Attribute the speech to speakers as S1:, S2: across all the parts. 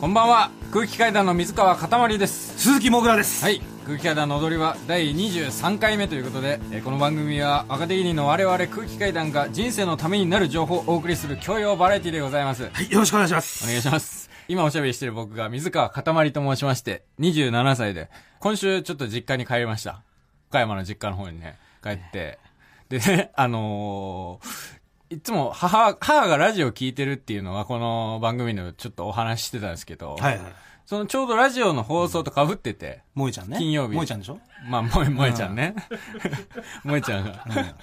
S1: こんばんは空気階段の水川かたまりです
S2: 鈴木もぐらです、
S1: はい空気階段の踊りは第23回目ということで、えーこの番組は若手芸人の我々空気階段が人生のためになる情報をお送りする教養バラエティでございます
S2: はいよろしくお願いします
S1: お願いします今おしゃべりしてる僕が水川かたまりと申しまして27歳で今週ちょっと実家に帰りました岡山の実家の方にね帰ってでねあのーいつも母、母がラジオ聞いてるっていうのはこの番組のちょっとお話ししてたんですけど、
S2: はいはい
S1: そのちょうどラジオの放送と被ってて、
S2: 萌えちゃんね
S1: 金曜日
S2: 萌えちゃんでしょ
S1: まあ、萌え、萌えちゃんね。 萌えちゃんが。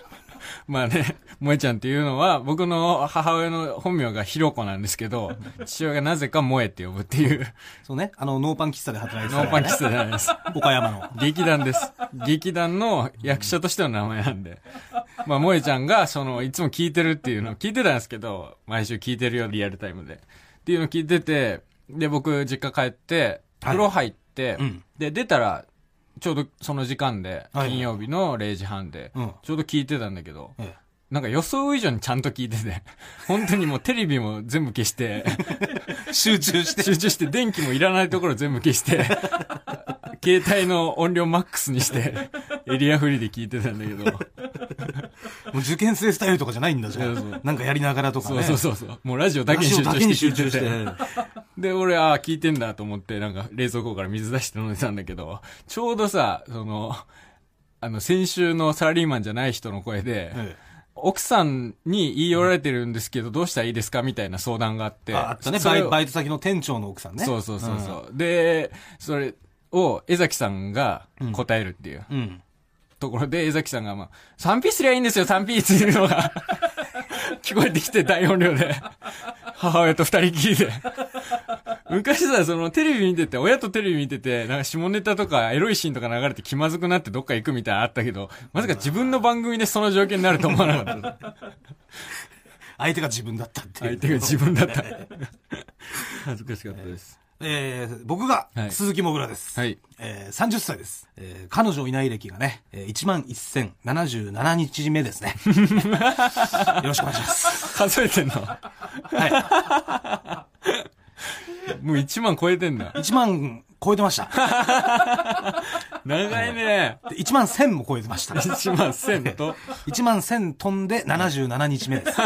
S1: まあね、萌えちゃんっていうのは、僕の母親の本名がひろこなんですけど、父親がなぜか萌えって呼ぶっていう、
S2: そうねあのノーパン喫茶で働いて
S1: ノ
S2: た
S1: ーパンキスじゃないです。
S2: 岡山の
S1: 劇団です。劇団の役者としての名前なんで。まあ、萌えちゃんが、その、いつも聞いてるっていうのを聞いてたんですけど、毎週聞いてるよ、リアルタイムで。っていうのを聞いてて、で、僕、実家帰って、
S2: はい
S1: 風呂入って、
S2: うん
S1: で、出たら、ちょうどその時間で、
S2: はいはい
S1: 金曜日の0時半で、
S2: うん
S1: ちょうど聞いてたんだけど、
S2: ええ
S1: なんか予想以上にちゃんと聞いてて、 本当にもうテレビも全部消して、
S2: 集中して
S1: 集中して電気もいらないところ全部消 して、携帯の音量マックスにして、エリアフリーで聞いてたんだけ ど、
S2: もう受験生スタイルとかじゃないんだじゃ
S1: そうそうん
S2: なんかやりながらとか
S1: そ
S2: ね
S1: うそうそうそう、もうラジオだけに集
S2: ラジオだけ
S1: 中
S2: に
S1: して聞
S2: 集中
S1: いて
S2: してて
S1: で、俺、ああ、聞いてんだと思って、なんか冷蔵庫から水出して飲んでたんだけど、ちょうどさ、その、あの、先週のサラリーマンじゃない人の声で、
S2: え
S1: 奥さんに言い寄られてるんですけど、どうしたらいいですかみたいな相談があって。
S2: えああったね
S1: そ
S2: バ
S1: れ
S2: イ
S1: を
S2: バイト先の店長の奥さんね
S1: そうそうそうそう、で、それを江崎さんが答えるっていう
S2: うん、うん
S1: ところで、江崎さんが、まあ、3P すりゃいいんですよ、3P っていうのが。 聞こえてきて大音量で、 母親と二人きりで。 昔さ、そのテレビ見てて、親とテレビ見てて、なんか下ネタとかエロいシーンとか流れて気まずくなってどっか行くみたいなのあったけど、まさか自分の番組でその状況になると思わなかった。
S2: 相手が自分だったっていう
S1: 相手が自分だった。恥ずかしかったです。
S2: えー僕が
S1: はい
S2: 鈴木もぐらです、
S1: はい
S2: えー30歳です、えー彼女いない歴がね、えー、1万1077日 目ですねよろしくお願いします、
S1: 数えてんの
S2: はい
S1: もう1万超えてんだ。
S2: 1万超えてました。
S1: 長いね。
S2: で1万1000も超えてました。
S1: 1万1000と、
S2: 1万1000飛んで77日目です。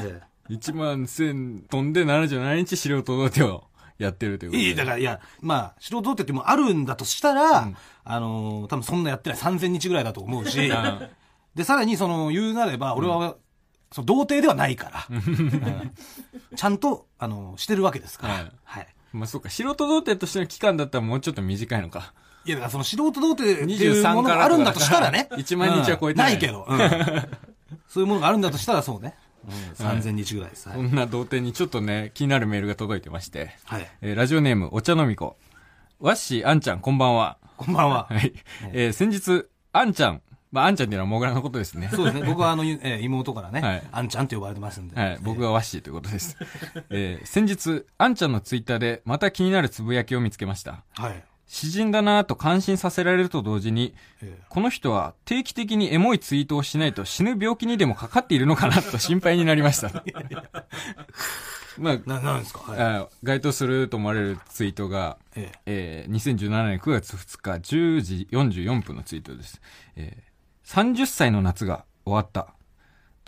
S2: え
S1: 1万1000飛んで77日素人童貞をやってるというこ
S2: え
S1: とで。
S2: いい、だから、いや、まあ、素人って言ってもあるんだとしたら、あのー多分そんなやってない3000日ぐらいだと思うし、
S1: ん
S2: で、さらにその、言うなれば、俺は、その童貞ではないから、うんちゃんと、あのーしてるわけですから、
S1: はい
S2: はい。
S1: まあそうか、素人童貞としての期間だったらもうちょっと短いのか。
S2: いや、だからその素人童貞っていうも
S1: 23
S2: の
S1: から
S2: があるんだとしたらね。
S1: 1万日は超えてない
S2: うんないけど、うんそういうものがあるんだとしたらそうね。うん3000日ぐらいです。はい
S1: こんな童貞にちょっとね、気になるメールが届いてまして。
S2: はい。
S1: えーラジオネーム、お茶飲み子。わっしー、あんちゃん、こんばんは。
S2: こんばんは。
S1: はい。えー先日、あんちゃん。まあ、あんちゃんっていうのはモグラのことですね。
S2: そうですね。僕はあの、えー妹からね、
S1: はい
S2: あんちゃんって呼ばれてますんで。
S1: はい、僕がワッシーということです。 えー先日、あんちゃんのツイッターでまた気になるつぶやきを見つけました。
S2: はい。
S1: 詩人だなぁと感心させられると同時に、
S2: え
S1: この人は定期的にエモいツイートをしないと死ぬ病気にでもかかっているのかなと心配になりま した。まあ
S2: ー、な、なんですかはい。
S1: あ該当すると思われるツイートが、
S2: えー
S1: えー2017年9月2日10時44分のツイートです。えー30歳の夏が終わった。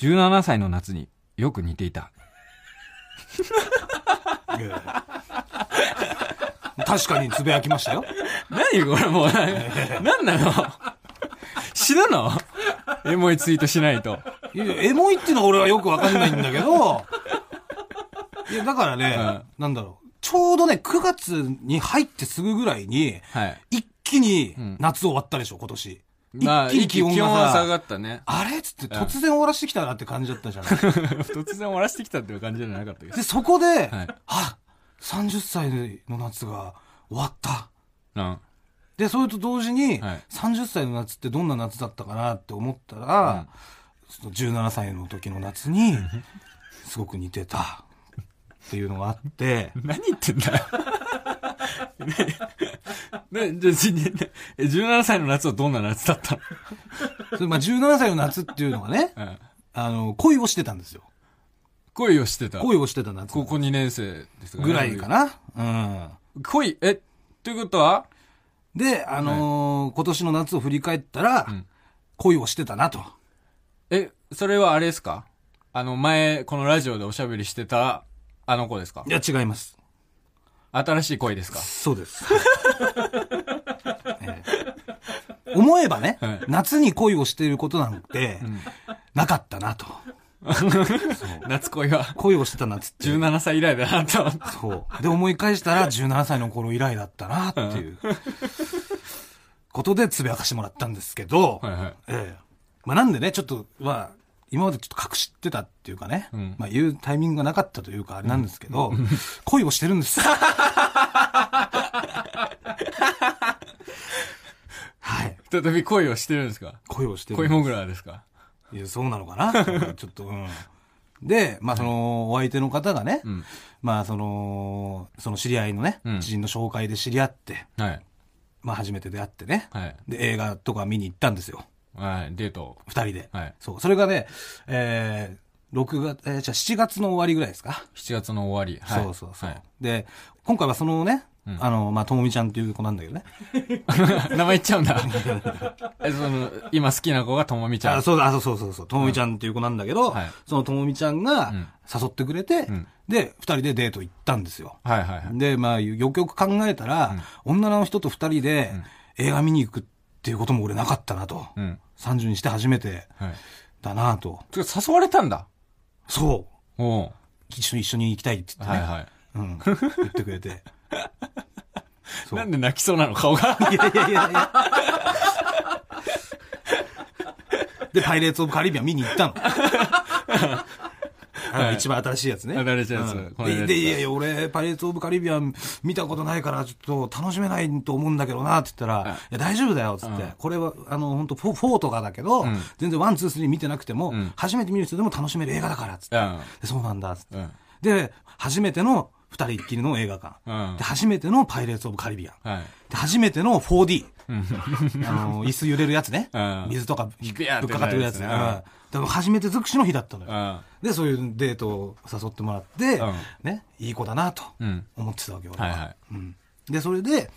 S1: 17歳の夏によく似ていた。
S2: えー確かにつぶやきましたよ。
S1: 何これもう、 なんなの死ぬのエモいツイートしないと。
S2: いやエモいっていうのは俺はよくわかんないんだけど、いや、だからね、なんだろう。ちょうどね、9月に入ってすぐぐらいに、
S1: はい。
S2: 一気に夏終わったでしょ、今年。
S1: まあ、
S2: 一気に気温が
S1: 下
S2: さ
S1: がった ね。
S2: あれっつって突然終わらしてきたなって感じだったじ ゃない。
S1: 突然終わらせてきたっていう感じじゃなかったけど
S2: で、。そこで、
S1: はい
S2: あ、30歳の夏が終わった。
S1: うん。
S2: で、それと同時に、
S1: はい
S2: 30歳の夏ってどんな夏だったかなって思ったら、その17歳の時の 夏に、すごく似てたっていうのがあって、
S1: 何言ってんだよ。 ね、ね、じゃ、じ、ね、え17歳の夏はどんな夏だったの
S2: それまあ17歳の夏っていうのがね、
S1: うん。
S2: あの、恋をしてたんですよ。
S1: 恋をしてた。
S2: 恋をしてた夏
S1: 高校2年生ですかね
S2: ぐらいか。な。うん。
S1: 恋、え、ということは
S2: で、あのー今年の夏を振り返ったら、
S1: ん
S2: 恋をしてたなと。
S1: え、それはあれですかあの、前、このラジオでおしゃべりしてた、あの子ですか
S2: いや、違います。
S1: 新しい恋ですか
S2: そうです。ええ思えばね、
S1: はい
S2: 夏に恋をしていることなんて、なかったなと。
S1: 夏恋は。
S2: 恋をしてた夏って。
S1: 17歳以来だなと。
S2: そう。で、思い返したら17歳の頃以来だったなっていう、ことでつぶやかしてもらったんですけど、
S1: はいはい。
S2: ええまあ、なんでね、ちょっと、まあ、今までちょっと隠してたっていうかね、
S1: ん
S2: まあ、言うタイミングがなかったというか、あれなんですけど、恋をしてる んです。はい。
S1: 再び恋をしてるんですか
S2: 恋をしてる
S1: 恋。モグラーですか
S2: いや、そうなのかな ちょっと、うん。で、まあ、その、お相手の方がね、
S1: うん。
S2: まあ、その、その知り合いのね、
S1: うん
S2: 知人の紹介で知り合って、
S1: はい。
S2: まあ、初めて出会ってね、
S1: はい。
S2: で、映画とか見に行ったんですよ。
S1: はい。デート。
S2: 二人で。
S1: はい。
S2: そう。それがね、えー、6月、えーじゃあ7月の終わりぐらいですか。
S1: 7月の終わり。はい
S2: そうそうそう。
S1: はい
S2: で、今回はそのね、
S1: うん
S2: あの、まあ、ともみちゃんっていう子なんだけどね。
S1: 名前言っちゃうん だ。え、その、今好きな子がともみちゃ
S2: あ
S1: ん。
S2: そうだ、あそうそうそうそう、ともみちゃんっていう子なんだけど、
S1: はい
S2: そのともみちゃんが
S1: うん
S2: 誘ってくれて、
S1: ん
S2: で、二人でデート行ったんですよ。
S1: はいはいはい。
S2: で、まあ、よくよく考えたら、女の人と二人で映画見に行くっていうことも俺なかったなと。
S1: うん。
S2: 30にして初めて
S1: はい。
S2: だなと。
S1: てか誘われたんだ。
S2: そう。
S1: おう
S2: 一緒に一緒に行きたいって言って
S1: はい
S2: ね。
S1: はい。
S2: うん。言ってくれて。そう
S1: なんで泣きそうなの顔 が。
S2: いやいやいやいや。で、パイレーツ・オブ・カリビアン見に行ったの。あの
S1: はい
S2: 一番新しいやつね。
S1: 新しいやつ
S2: うん
S1: この間や
S2: で
S1: った
S2: で、いやいや、俺、パイレーツ・オブ・カリビアン見たことないから、ちょっと楽しめないと思うんだけどな、って言ったら、い、や、大丈夫だよ、つって。これは、あの、本当フォーとかだけど、
S1: ん
S2: 全然ワン、ツー、スリー見てなくても、
S1: ん
S2: 初めて見る人でも楽しめる映画だから、つって。
S1: うん。
S2: でそうなんだ、つって。
S1: うん。
S2: で、初めての二人っきりの映画館。
S1: うん
S2: で、初めてのパイレーツ・オブ・カリビアン。
S1: はい。
S2: で初めての 4D。あ の、椅子揺れるやつね
S1: うん。
S2: 水とか
S1: くやーって
S2: ぶっかかってくるやつね。
S1: な
S2: う
S1: るや
S2: んでも初めて尽くしの日だったの
S1: う
S2: よ。
S1: ん。
S2: で、そういうデートを誘ってもらって
S1: うん、
S2: ね、いい子だなと
S1: うん。
S2: 思ってたわけ、俺
S1: はい
S2: は。
S1: はい。
S2: うんで、それで、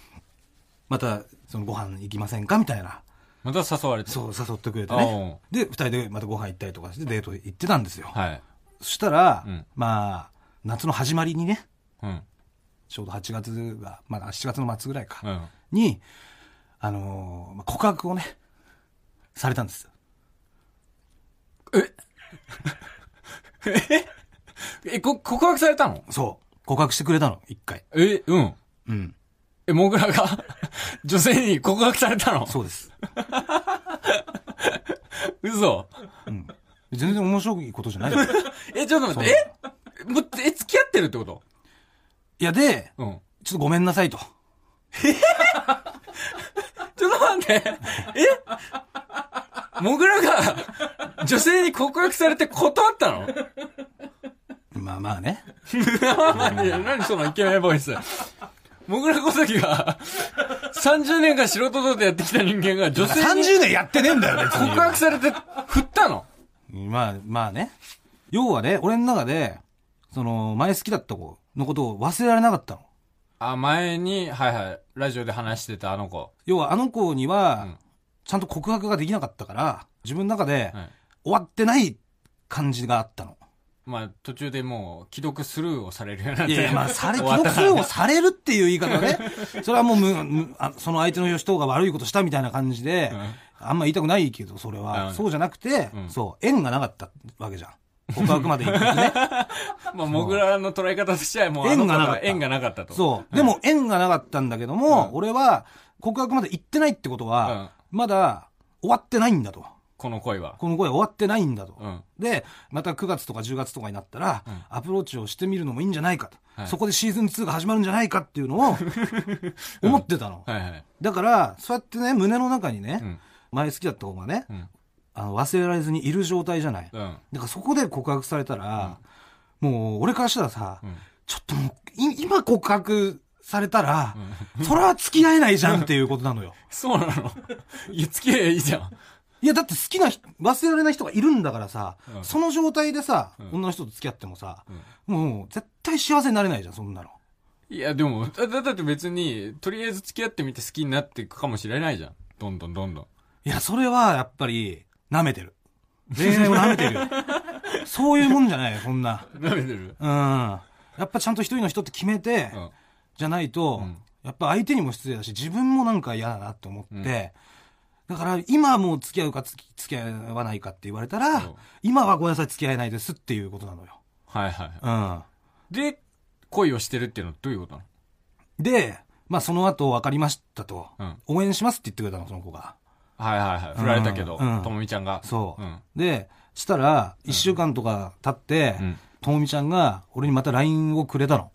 S2: また、そのご飯行きませんかみたいな。
S1: また誘われて。
S2: そう、誘ってくれてね。で、二人でまたご飯行ったりとかしてデート行ってたんですよ。
S1: はい。
S2: そしたら
S1: うん、
S2: まあ、夏の始まりにね、
S1: うん。
S2: ちょうど8月が、まあ7月の末ぐらいか
S1: う。ん。
S2: に、あのーまあ告白をね、されたんです。
S1: え、こ、告白されたの
S2: そう。告白してくれたの、一回。
S1: え、うん。
S2: うん。
S1: え、モグラが、 女性に告白されたの
S2: そうです。
S1: 嘘。
S2: うん。全然面白いことじゃ ないよ
S1: え、ちょっと待って、えもう、え、付き合ってるってこと
S2: いや、で、
S1: うん。
S2: ちょっとごめんなさいと。
S1: ちょっと待って、えモグラが、女性に告白されて断ったの
S2: まあまあね。
S1: いや 何そのイケメンボイス。モグラ小崎が、30年間素人とでやってきた人間が女性に
S2: 30年やってねえんだよ、別
S1: 告白されて振ったの
S2: に。まあまあね。要はね、俺の中で、その、前好きだった子のことを忘れられなかったの。
S1: あ、前に、はいはい、ラジオで話してたあの子。
S2: 要はあの子に
S1: うん
S2: は、ちゃんと告白ができなかったから、自分の中で
S1: はい
S2: 終わってない感じがあったの。
S1: まあ、途中でもう、既読スルーをされるようになって。
S2: いやいや、まあ、され、記
S1: 終わった
S2: 録数をされるっていう言い方ね。 それはもうむむあ、その相手の人が悪いことしたみたいな感じで、あんま言いたくないけど、それ
S1: うん
S2: は。そうじゃなくて
S1: うん、
S2: そう、縁がなかったわけじゃ ん。告白まで行くね。
S1: まあ、モグラの捉え方としては、もう、あの
S2: 縁
S1: 子
S2: がなか
S1: は
S2: った
S1: 縁がなかったと。
S2: そう。でも、縁がなかったんだけど
S1: う
S2: も、
S1: ん
S2: 俺は、告白まで行ってないってことは、まだ、終わってないんだと。
S1: この恋は。
S2: この声終わってないんだと。
S1: うん。
S2: で、また9月とか10月とかになったら、
S1: ん
S2: アプローチをしてみるのもいいんじゃないかと。
S1: はい
S2: そこでシーズン2が始まるんじゃないかってい うのを、思ってたの。
S1: はいはい。
S2: だから、そうやってね、胸の中にね、
S1: うん。
S2: 前好きだった子がね、
S1: うん。
S2: あの忘れられずにいる状態じゃない。だ
S1: うん。
S2: からそこで告白されたら、もう俺からしたらさ、
S1: うん
S2: ちょっともう、い今告白されたら、 それは付き合えないじゃんっていうことなのよ。
S1: そうなのいや、付き合えばいいじゃん。
S2: いや、だって好きな人、忘れられない人がいるんだからさ、
S1: うん
S2: その状態でさ、
S1: うん
S2: 女の人と付き合ってもさ、もう絶対幸せになれないじゃん、そんなの。
S1: いや、でも、だだだって別に、とりあえず付き合ってみて好きになっていくかもしれないじゃん。どんどんどんどん。
S2: いや、それはやっぱり、舐め てる。恋愛を舐めてるよ。そういうもんじゃないよ、そんな。
S1: なめてる
S2: うん。やっぱちゃんと一人の人って決めて、
S1: うん。
S2: じゃないと、
S1: うん
S2: やっぱ相手にも失礼だし、自分もなんか嫌だなって思って、だから今もう付き合うかつ付き合わないかって言われたら、
S1: そう
S2: 今はごめんなさい付き合えないですっていうことなのよ。
S1: はいはいは
S2: うん。
S1: い。で、恋をしてるっていうのはどういうことな
S2: で、まあその後分かりましたと、
S1: のうん。
S2: 応援しますって言ってくれたの、その子が。
S1: はいはいはい。振られたけど、
S2: うん
S1: ともみちゃんが。
S2: そう。
S1: うん。
S2: で、したら、一週間とか経って、
S1: うん。
S2: ともみちゃんが俺にまた LINE をくれたの。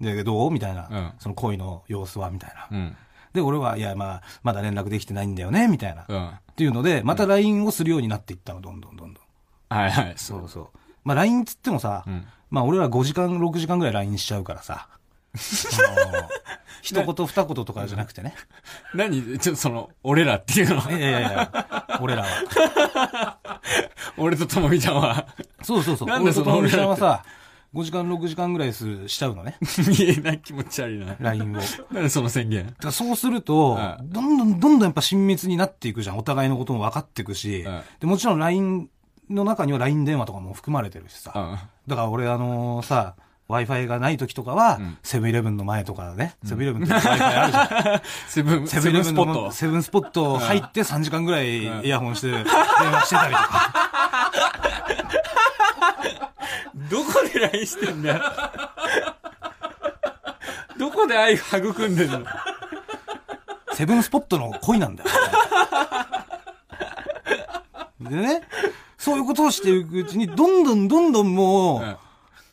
S2: で、どうみたいな、
S1: うん
S2: その恋の様子はみたいな。
S1: うん。
S2: で、俺は、いや、まあ、まだ連絡できてないんだよね、みたいな。
S1: うん。は
S2: っていうので、また LINE をするようになっていったの、どんどんどんどん。
S1: いはい。そ
S2: そうそう。まあ LINE っつってもさ、
S1: うん。
S2: まあ俺ら5時間、6時間ぐらい LINE しちゃうか らさ。その一言二言とかじゃなくてね。
S1: 何ちょ、その、俺らって いうの
S2: いやいやいや、俺らは。
S1: 俺とともみちゃんは、
S2: そうそうそう。
S1: なんでその
S2: 俺とともみちゃんはさ、5時間、6時間ぐらいする、しちゃうのね。
S1: 見えない気持ち悪いな。
S2: LINE を。だ
S1: 何その宣言。
S2: からそうすると、
S1: うん
S2: どんどんどんどんやっぱ親密になっていくじゃん。お互いのことも分かっていくし、
S1: うん
S2: でもちろん LINE の中には LINE 電話とかも含まれてるしさ。
S1: うん。
S2: だから俺あのさ、Wi-Fi がない時とかは、
S1: うん
S2: セブンイレブンの前とかね、セブンイレブンって Wi-Fi あるじゃん。
S1: セブ ン、セブンスポット。
S2: セブンスポット入って3時間ぐらいイヤホンして電話してたりとか。
S1: どこで LINE してんだよ。どこで愛育んでんの
S2: セブンスポットの恋なんだよ。でね、そういうことをしていくうちに、どんどんどんどんもう、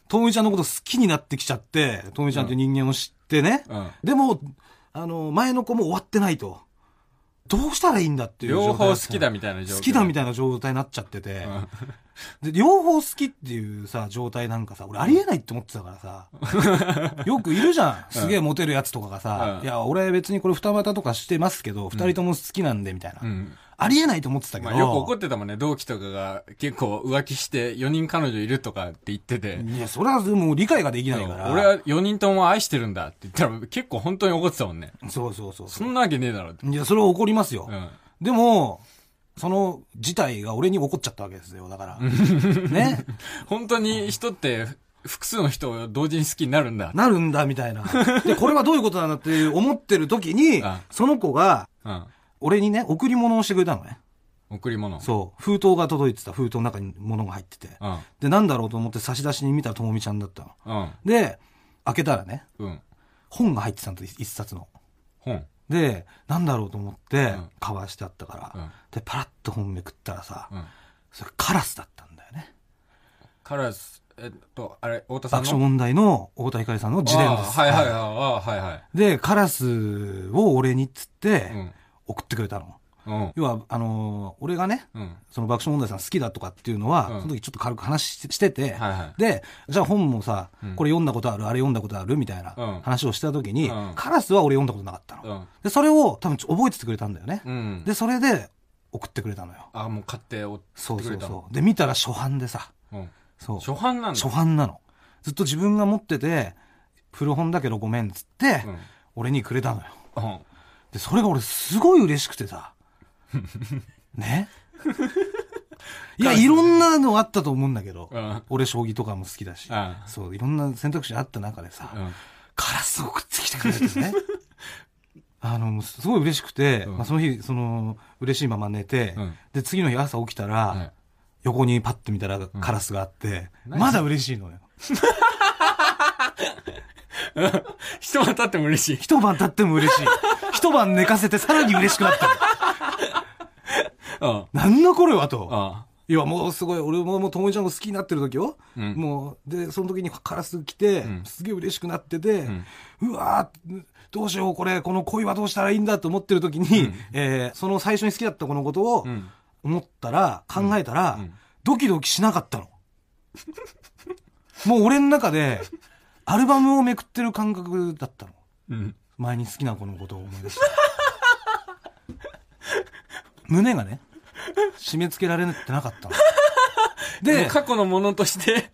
S2: ともみちゃんのこと好きになってきちゃって、ともみちゃんという人間を知ってね。
S1: うん。うん。
S2: でも、あの、前の子も終わってないと。どうしたらいいんだっていう
S1: 両
S2: 状態
S1: 方好
S2: だったの
S1: きだみたいな状況。
S2: 好きだみ
S1: た
S2: たいな状態になっちゃってて、
S1: うん
S2: で両方好きっていうさ状態なんかさ俺ありえないって思ってたからさ よくいるじゃんすげえモテるやつとかがさ、
S1: うん
S2: いや俺別にこれ二股とかしてますけど二、人とも好きなんでみたいな、
S1: うん。
S2: ありえないと思ってたけど、
S1: まあよく怒ってたもんね、同期とかが結構浮気して4人彼女いるとかって言ってて。
S2: いやそれはもう理解ができないから
S1: 俺は4人とも愛してるんだって言ったら結構本当に怒ってたもんね。
S2: そうそうそう
S1: そんなわけねえだろって。
S2: いやそれは怒りますよ、
S1: うん。
S2: でもその事態が俺に怒っちゃったわけですよだから ね
S1: 本当に人って複数の人を同時に好きになるんだ。
S2: なるんだみたいなでこれはどういうことなんだって思ってる時に
S1: うん
S2: その子が
S1: うん。
S2: 俺にね、贈り物をしてくれたのね。
S1: 贈り物。
S2: そう。封筒が届いてた。封筒の中に物が入ってて。
S1: うん。
S2: で、なんだろうと思って差出しに見たらともみちゃんだったの。
S1: うん。
S2: で、開けたらね、
S1: うん。
S2: 本が入ってたのと一冊の。
S1: 本。
S2: で、なんだろうと思って
S1: うん、
S2: かわしてあったから。
S1: うん
S2: で、パラッと本めくったらさ、
S1: うん。
S2: それカラスだったんだよね。
S1: カラス、えっと、あれ、太田さん
S2: 爆
S1: の
S2: 笑問題の太田光さんの自伝です。
S1: あーはいはいはい。あーはいは
S2: で、カラスを俺にっつって
S1: い。う、ん。
S2: 送ってくれたの。
S1: うん。
S2: 要は、あのー俺がね、
S1: うん。
S2: その爆笑問題さん好きだとかっていうのは、
S1: うん
S2: その時ちょっと軽く話ししてて、
S1: はいはい。
S2: で、じゃあ本もさ、
S1: うん
S2: これ読んだことある、あれ読んだことあるみたいな
S1: うん
S2: 話をした時に、
S1: うん
S2: カラスは俺読んだことなかったの。
S1: うん。
S2: で、それを多分ちょ覚えててくれたんだよね。
S1: うん。
S2: で、それで送ってくれたのよ。
S1: あ、もう買ってお送
S2: そ
S1: っ
S2: う
S1: てく
S2: そ
S1: れ
S2: う
S1: たの。
S2: そう。で、見たら初版でさ、
S1: うん。
S2: そう。
S1: 初版なんだ。
S2: 初版なの。ずっと自分が持ってて、古本だけどごめんっつって、
S1: うん。
S2: 俺にくれたのよ。
S1: うん。
S2: で、それが俺すごい嬉しく てさ。ねいや、いろんなのあったと思うんだけど、
S1: うん。
S2: 俺将棋とかも好きだし、
S1: あ
S2: そう、いろんな選択肢あった中でさ、
S1: うん。
S2: カラスを食ってきてくれて ね。あの、もうすごい嬉しくて、
S1: うん
S2: まあ、その日、その、嬉しいまま寝て、
S1: うん
S2: で、次の日朝起きたら、
S1: はい
S2: 横にパッと見たらカラスがあって、
S1: うん
S2: まだ嬉しいのよ。
S1: 一晩経っても嬉しい。
S2: 一晩経っても嬉 しい。一晩寝かせてさらに嬉しくなったの。
S1: うん。
S2: なんだこれはと。
S1: あ
S2: いや、もうすごい、俺ももうともみちゃんが好きになってる時よ。
S1: うん
S2: もう、で、その時にカラス来て、
S1: うん
S2: すげえ嬉しくなってて、
S1: ん
S2: うわーどうしよう、これ、この恋はどうしたらいいんだと思ってる時に、えーその最初に好きだった子のことを
S1: うん。
S2: 思ったら、考えたら、
S1: うん
S2: ドキドキしなかったの。もう俺の中で、アルバムをめくってる感覚だったの。
S1: うん。
S2: 前に好きな子のことを思い出した。胸がね、締め付けられてなかったの。
S1: で、
S2: で、
S1: 過去のものとして、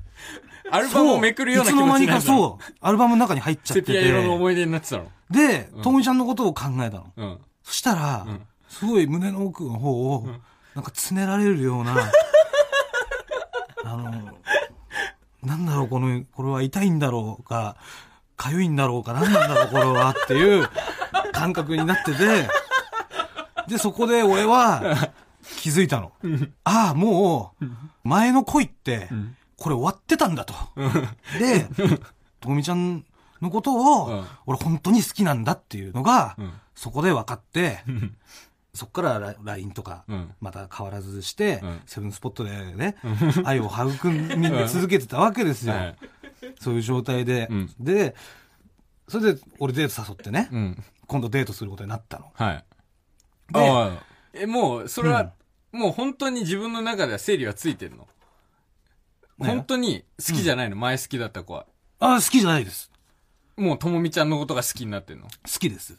S1: アルバムをめくるような気持ちにな
S2: そういつの間
S1: っ
S2: にか
S1: たの。
S2: そう、アルバムの中に入っちゃっ
S1: セ
S2: てて。
S1: ピア色の思い出になってたの。
S2: で、ともみちゃんのことを考えたの。
S1: うん。
S2: そしたら、
S1: ん
S2: すごい胸の奥の方を、なんかつねられるような、 あの、なんだろう、この、これは痛いんだろうか、かゆいんだろうか、なんなんだろう、これはっていう感覚になってて、で、そこで俺は気づいたの。ああ、もう、前の恋って、これ終わってたんだと。で、ともみちゃんのこと
S1: う
S2: を
S1: ん、
S2: 俺本当に好きなんだっていうのが、
S1: うん
S2: そこで分かって、そっから LINE とか
S1: うん、
S2: また変わらずして
S1: うん、
S2: セブンスポットでね、 愛を育み続けてたわけです よ
S1: は。い。
S2: そういう状態で
S1: うん。
S2: で、それで俺デート誘ってね、
S1: うん。
S2: 今度デートすることになったの。
S1: はい。
S2: で
S1: ああ。え、もう、それは、もう本当に自分の中では整理はついてんの
S2: ね
S1: 本当に好きじゃないの前好きだった子は。
S2: あ、好きじゃないです。
S1: もう、ともみちゃんのことが好きになってんの
S2: 好きです。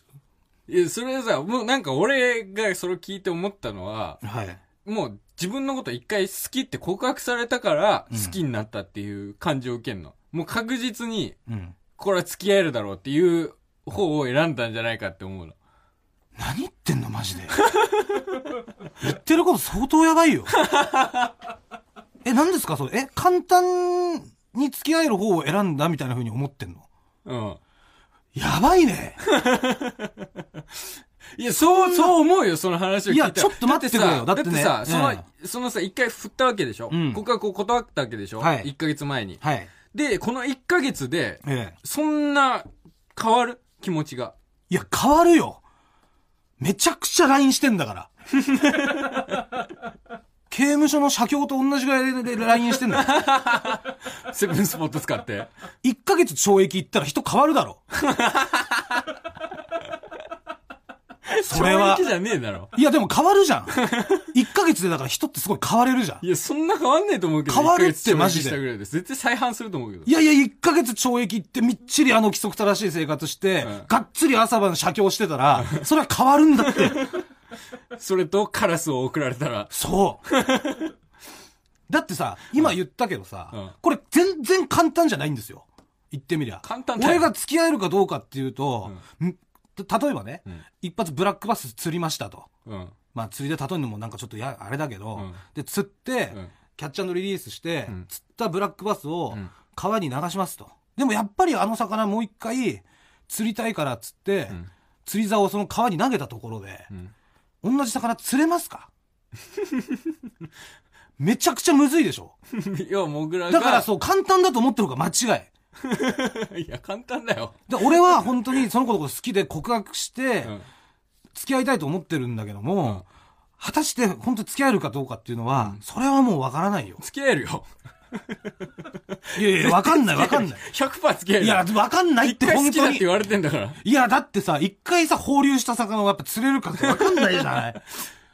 S1: いや、それさ、もうなんか俺がそれを聞いて思ったのは、
S2: はい。
S1: もう自分のこと一回好きって告白されたから
S2: うん
S1: 好きになったっていう感じを受けんの。もう確実に
S2: うん。
S1: これは付き合えるだろうっていう方を選んだんじゃないかって思うの。
S2: 何言ってんのマジで 言ってること相当やばいよ え何ですかそれえ簡単に付き合える方を選んだみたいな風に思ってんの
S1: うん。
S2: やばいね
S1: いや、そう、そう思うよ、その話を聞いたら
S2: いやちょっと待ってくれよ
S1: だってさ、だっ
S2: だっ
S1: てて
S2: ね
S1: さ、その、そのさ、一回振ったわけでしょ
S2: うん
S1: 告白を断ったわけでしょ
S2: はい
S1: 一ヶ月前に。
S2: はい
S1: で、この一ヶ月で、
S2: ええ
S1: そんな変わる気持ちが。
S2: いや変わるよめちゃくちゃ LINE してんだから 刑務所の社協と同じぐらいで LINE してんだよ
S1: セブンスポット使って。
S2: 1ヶ月懲役行ったら人変わるだろ それは
S1: 正直じゃねえだろ。
S2: いやでも変わるじゃん1ヶ月でだから人ってすごい変われるじゃん
S1: いや、そんな変わんねえと思うけど。
S2: 変わる
S1: 1ヶ
S2: って
S1: 月懲役
S2: マジで
S1: したぐらいです。絶対再犯すると思うけど。
S2: いやいや、1ヶ月懲役ってみっちりあの規則正しい生活して、
S1: うん
S2: がっつり朝晩写経してたら、それは変わるんだって。
S1: それとカラスを送られたら。
S2: そう。だってさ、今言ったけどさ、
S1: うん
S2: これ全然簡単じゃないんですよ。言ってみりゃ。
S1: 簡単だよ
S2: 俺が付き合えるかどうかっていうと、ん例えばね、
S1: ん
S2: 一発ブラックバス釣りましたと。
S1: うん。
S2: まあ釣りで例えるのもなんかちょっとや、あれだけど、
S1: うん
S2: で、釣って、
S1: うん
S2: キャッチャーのリリースして、
S1: ん
S2: 釣ったブラックバスを
S1: ん
S2: 川に流しますと。でもやっぱりあの魚もう一回釣りたいからっつって、
S1: ん
S2: 釣り竿をその川に投げたところで、
S1: ん
S2: 同じ魚釣れま すかめちゃくちゃむずいでしょ。
S1: いや、モグラが。
S2: だからそう簡単だと思ってる方が間違い。
S1: いや、簡単だよ。
S2: で俺は本当にその子のこと好きで告白して、
S1: うん。
S2: 付き合いたいと思ってるんだけども、果たして本当に付き合えるかどうかっていうのは、それはもうわからないよ。
S1: 付き合えるよ。
S2: いやいや、わかんないわ かんない。
S1: 100%付き合える。
S2: いや、わかんないっ
S1: 一
S2: て
S1: 回好
S2: 本
S1: きだっ
S2: 当
S1: て
S2: に
S1: 言。われてんだから。
S2: いや、だってさ、一回さ、放流した魚はやっぱ釣れるかってわかんないじ ゃない。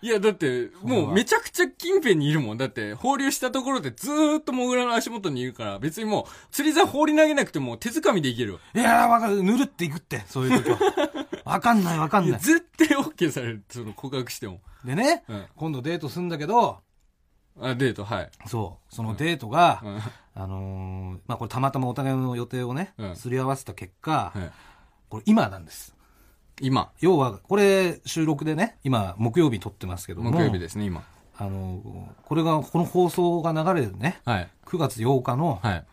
S1: いや、だって、もうめちゃくちゃ近辺にいるもん。だって、放流したところでずーっとモグラの足元にいるから、別にもう、釣り竿放り投げなくても手掴みでいけるよ。
S2: いや、わかる。ぬるっていくって、そういう時は。わかんないわかん
S1: い
S2: な
S1: や、
S2: い。
S1: 絶対 OK される。その告白しても。
S2: でね、
S1: うん
S2: 今度デートすんだけど、
S1: あ、デート、はい。
S2: そう、そのデートが、
S1: うん。
S2: あのーまあ、これたまたまお互いの予定をね、
S1: うん
S2: すり合わせた結果、
S1: はい
S2: これ今なんです。
S1: 今、
S2: 要は、これ収録でね、今、木曜日撮ってますけども、
S1: 木曜日ですね、今。
S2: あのーこれが、この放送が流れるね、
S1: はい。
S2: 9月8日の
S1: はい。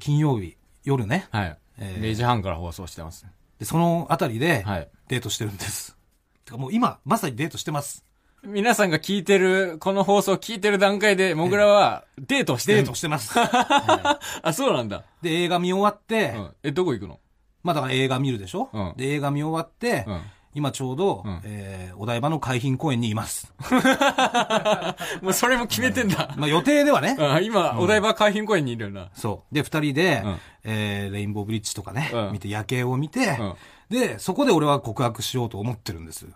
S2: 金曜日夜ね、
S1: はい。
S2: えー
S1: 0時半から放送してます。
S2: でそのあたりで、
S1: はい。
S2: デートしてるんです。てかもう今、まさにデートしてます。
S1: 皆さんが聞いてる、この放送を聞いてる段階で、モグラはデートをして
S2: デ
S1: る
S2: ートしてます。はい
S1: あ、そうなんだ。
S2: で、映画見終わって、
S1: うん。え、どこ行くの
S2: まあだから映画見るでしょ、
S1: うん
S2: で、映画見終わって、
S1: うん。
S2: 今ちょうど、
S1: うん
S2: えーお台場の海浜公園にいます。
S1: もうそれも決めてんだ。
S2: まあ予定ではね、
S1: あ、今、お台場海浜公園にいるよな。
S2: そう。で、二人で、
S1: うん
S2: えーレインボーブリッジとかね、
S1: うん
S2: 見て、夜景を見て、
S1: うん
S2: で、そこで俺は告白しようと思ってるんです。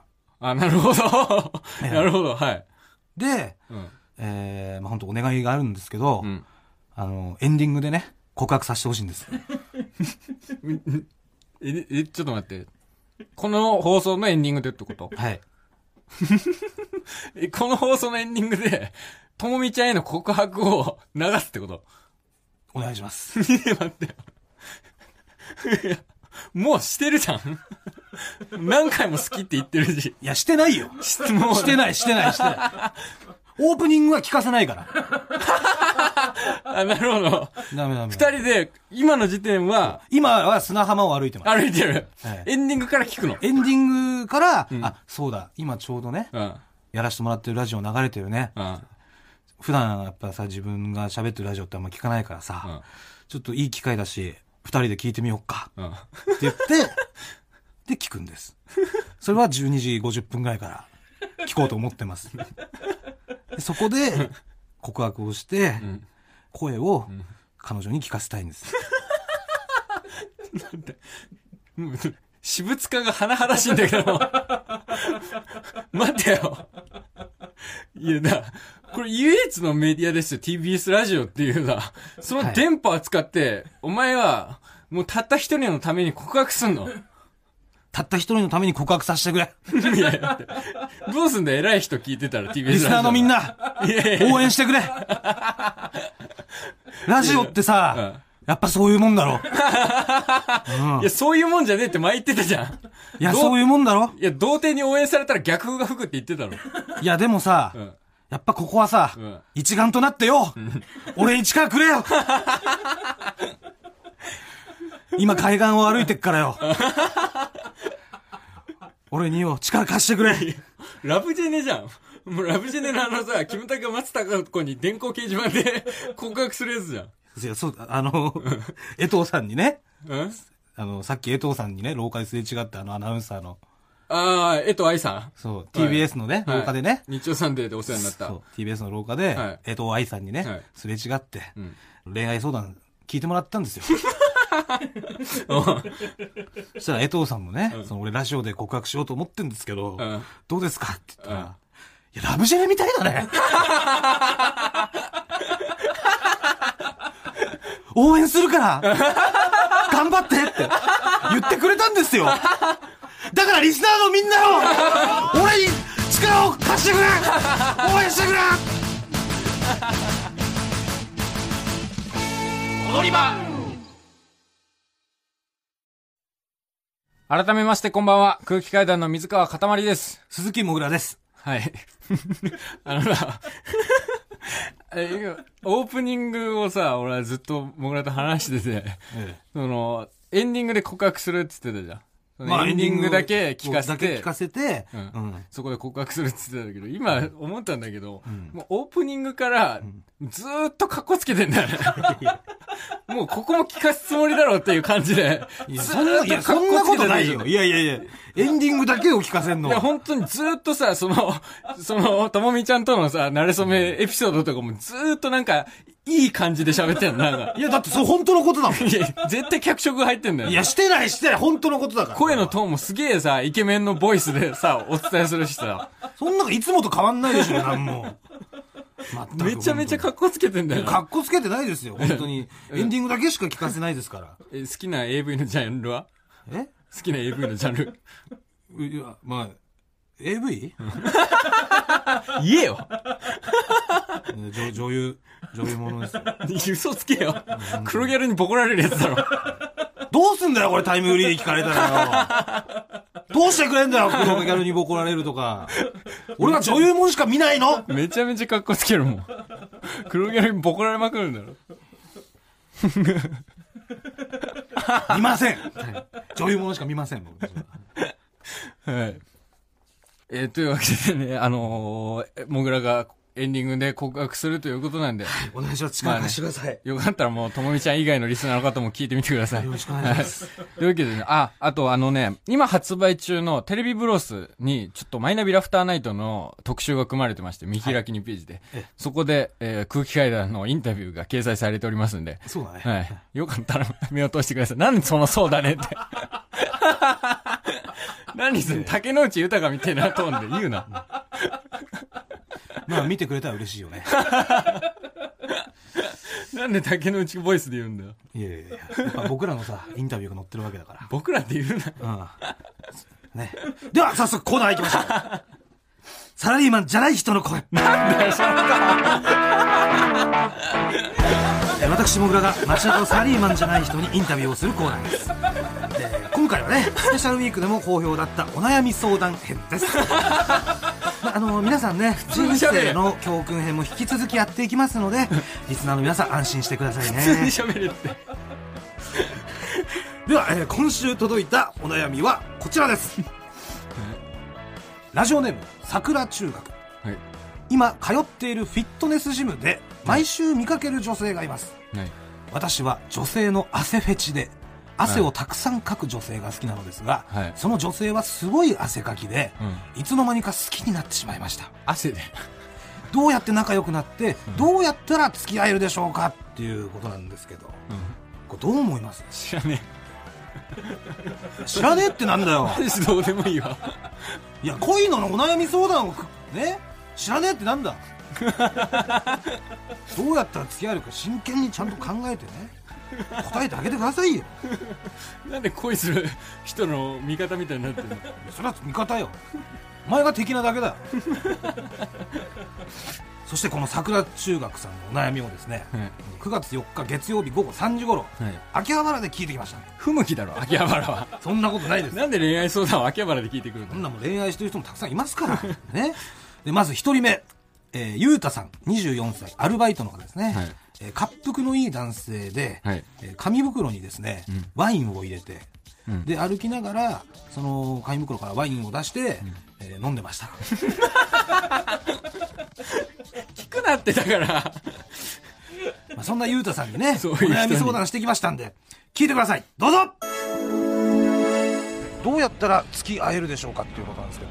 S1: あ、なるほど。 なるほど、はい。
S2: で、
S1: うん。
S2: えー、まあ本当お願いがあるんですけど、
S1: うん。
S2: あの、エンディングでね、告白させてほしいんです。
S1: え、え、ちょっと待って。この放送のエンディングでってこと
S2: はい。
S1: えこの放送のエンディングで、ともみちゃんへの告白を流すってこと
S2: お願いします。
S1: いや待ってよ。いやもうしてるじゃん。何回も好きって言ってるし。
S2: いや、してないよ。
S1: 質問
S2: してない、してない、してない。オープニングは聞かせないから。
S1: あ、なるほど。
S2: ダメダメ。
S1: 二人で、今の時点は、
S2: 今は砂浜を歩いてます。
S1: 歩いてる、
S2: はい
S1: エンディングから聞くの。
S2: エンディングから、あ、そうだ、今ちょうどね、
S1: うん。
S2: やらせてもらってるラジオ流れてるね。
S1: うん。
S2: 普段やっぱさ、自分が喋ってるラジオってあんま聞かないからさ、
S1: うん
S2: ちょっといい機会だし、二人で聞いてみようか。
S1: うん。
S2: って 言って、で、聞くんです。それは12時50分ぐらいから聞こうと思ってます。でそこで告白をして、
S1: ん
S2: 声を彼女に聞かせたいんです。
S1: うん私物化が甚だしいんだけど。待てよ。いやだ、これ唯一のメディアですよ。TBS ラジオっていうな。その電波を使って、お前は、もうたった一人のために告白すん の。
S2: たった一人のために告白させてくれ。
S1: いやいやどうすんだよ偉い人聞いてたら TBS ラジオ。
S2: リスナーのみん。な、
S1: いやいや
S2: 応援してくれ。ラジオってさ、やっぱそういうもんだろ。
S1: いや、そういうもんじゃねえって前言ってたじゃん。
S2: いや、
S1: どう
S2: そういうもんだろ。
S1: いや、童貞に応援されたら逆風が吹くって言ってたろ。
S2: いや、でもさ、
S1: うん。
S2: やっぱここはさ、
S1: うん
S2: 一丸となってよ、俺に力くれよ今海岸を歩いてっか らよ俺によ、力貸してくれ
S1: ラブジェネじゃん。もうラブジェネのあのさ、キムタクが松たか子に電光掲示板で 告白するやつじゃん。
S2: いやそう、あの、江藤さんにね、
S1: うん
S2: あの、さっき江藤さんにね、廊下ですれ違ったあのアナウンサーの、
S1: ああ、江藤愛さ
S2: そう、
S1: はい
S2: TBS のね、
S1: ん。はい
S2: 廊下でね、
S1: 日曜サンデーでお世話になった。
S2: そう、TBS の廊下で、
S1: はい
S2: 江藤愛さんにね、
S1: はい
S2: すれ違って、
S1: ん
S2: 恋愛相談聞いてもらったんで すよ。そしたら江藤さんもね、その俺ラジオで告白しようと思ってんですけど、
S1: うん
S2: どうですかって言ったら、いや、ラブジェネみたい だね。応援するから、頑張ってって言ってくれたんですよ。だからリスナーのみんなを、俺に力を貸してくれ応援してくれ
S1: 改めましてこんばんは。空気階段の水川かたまりです。
S2: 鈴木もぐらです。
S1: はい。 あのな、 えオープニングをさ、俺はずっともぐらと話してて、その、エンディングで告白するって言ってたじゃん。そのエンディングだけ聞かせ
S2: だけ
S1: て
S2: 聞、かせて、
S1: うん
S2: うん
S1: そこで告白するって言ってたけど、今思ったんだけど、もうオープニングからずーっとカッコつけてんだよね。もうここも聞かすつもりだろうっていう感じで、
S2: い
S1: ずー
S2: や、そんな、
S1: っ
S2: いや、
S1: とカ
S2: そん
S1: ッ
S2: な
S1: コつ
S2: こ
S1: けて
S2: と
S1: た
S2: な
S1: じ
S2: い
S1: ゃん
S2: よ。いやいやいや、エンディングだけを聞かせんの
S1: いや、
S2: は。
S1: 本当にずーっとさ、その、その、ともみちゃんとのさ、慣れ初めエピソードとかもずーっとなんか、いい感じで喋ってんの、なんか。
S2: いや、だってそれ本当のことだもん。
S1: いや、絶対脚色が入ってんだよ。
S2: いや、してない、してない、本当のことだから。
S1: 声のトーンもすげえさ、イケメンのボイスでさ、お伝えするしさ、
S2: そんなのいつもと変わんないでしょ、なんも。全く
S1: めちゃめちゃ
S2: か
S1: か
S2: っ
S1: っこつけてんだよな。
S2: こつけてないですよ、本当に。エンディングだけしか聞かせないですから。
S1: え好きな AV のジャンルは
S2: え
S1: 好きな AV のジャンル。
S2: いや、まあ、AV?
S1: 言えよ
S2: 女女優、女優ものですよ。
S1: 嘘つけよ黒ギャルにボコられるやつだろ。
S2: どうすんだよ、これタイムフリーで聞かれたらよ。どうしてくれんだよ、このギャルにボコられるとか。俺は女優もんしか見ないの
S1: めちゃめちゃかっこつけるもん。黒ギャルにボコられまくるんだろ。
S2: 見ません。女優ものしか見ません、僕
S1: はい。えーというわけでね、あのー、もぐらがエンディングで告白するということなんで、
S2: お願いします。力貸してください。
S1: よかったらもう、ともみちゃん以外のリスナーの方も聞いてみてください
S2: よ。ろしくお願いします。
S1: というわけでね、あ、あとあのね、今発売中のテレビブロスに、ちょっとマイナビラフターナイトの特集が組まれてまして、見開き2ページで。
S2: ええ
S1: そこで、えー空気階段のインタビューが掲載されております んで。
S2: そうだね。
S1: はい。よかったら目を通してください。なんでそのそうだねって。 何すん竹野内豊みたいなトーンで言うな。
S2: まあ見てくれたら嬉しいよね。
S1: なんで竹野内ボイスで言うんだよ。
S2: いやいやいや。やっぱ僕らのさ、インタビューが載ってるわけだか
S1: 僕らで言うな。
S2: ら。うん。ね。では、早速コーナー行きましょう。サラリーマンじゃない人の声。
S1: なんだよ、それ
S2: えー私もぐらが街中のサラリーマンじゃない人にインタビューをするコーナーです、えー今回はねスペシャルウィークでも好評だったお悩み相談編ですまああの皆さんね
S1: 通に
S2: 人
S1: 喋れ
S2: 生の教訓編も引き続きやっていきますのでリスナーの皆さん安心してください
S1: 普通に
S2: ね
S1: 喋れって。
S2: では、えー今週届いたお悩みはこちらです ラジオネーム桜中学
S1: はい。
S2: 今通っているフィットネスジムで毎週見かける女性がいます、
S1: ない。
S2: 私は女性の汗フェチで汗をたくさんかく女性が好きなのですが、
S1: はい
S2: その女性はすごい汗かきで、いつの間にか好きになってしまいました
S1: 汗で。
S2: どうやって仲良くなって、どうやったら付き合えるでしょうかっていうことなんですけどこれどう思います
S1: 知らね
S2: 知らねえってなんだよ
S1: え。マジどうでもいいわ。
S2: いや恋のお悩み相談をくね知らねえってなんだ どうやったら付き合えるか真剣にちゃんと考えてね答えてあげてくださいよ
S1: なんで恋する人の味方みたいになってるの
S2: それは味方よお前が敵なだけだよ そしてこの桜中学さんのお悩みをですね、
S1: はい
S2: 9月4日月曜日午後3時頃、
S1: はい
S2: 秋葉原で聞いてきました、
S1: 不向きだろ、秋葉原は。
S2: そんなことないです
S1: なんで恋愛相談を秋葉原で聞いてくる
S2: そ
S1: の
S2: んなもん恋愛してる人もたくさんいますから ねでまず1人目、えー、ゆうたさん24歳アルバイトの方ですね、
S1: はい
S2: えー、滑覆のいい男性で、
S1: はい
S2: えー紙袋にですね、ワインを入れて、
S1: うん
S2: で歩きながらその紙袋からワインを出して、えー飲んでました
S1: 聞くなってだから。
S2: まあ、そんなゆうたさんに ね、
S1: そう
S2: お
S1: いう人に
S2: 悩み相談してきましたんで、聞いてください。どうぞどうやったら付き合えるでしょうかっていうことなんですけど。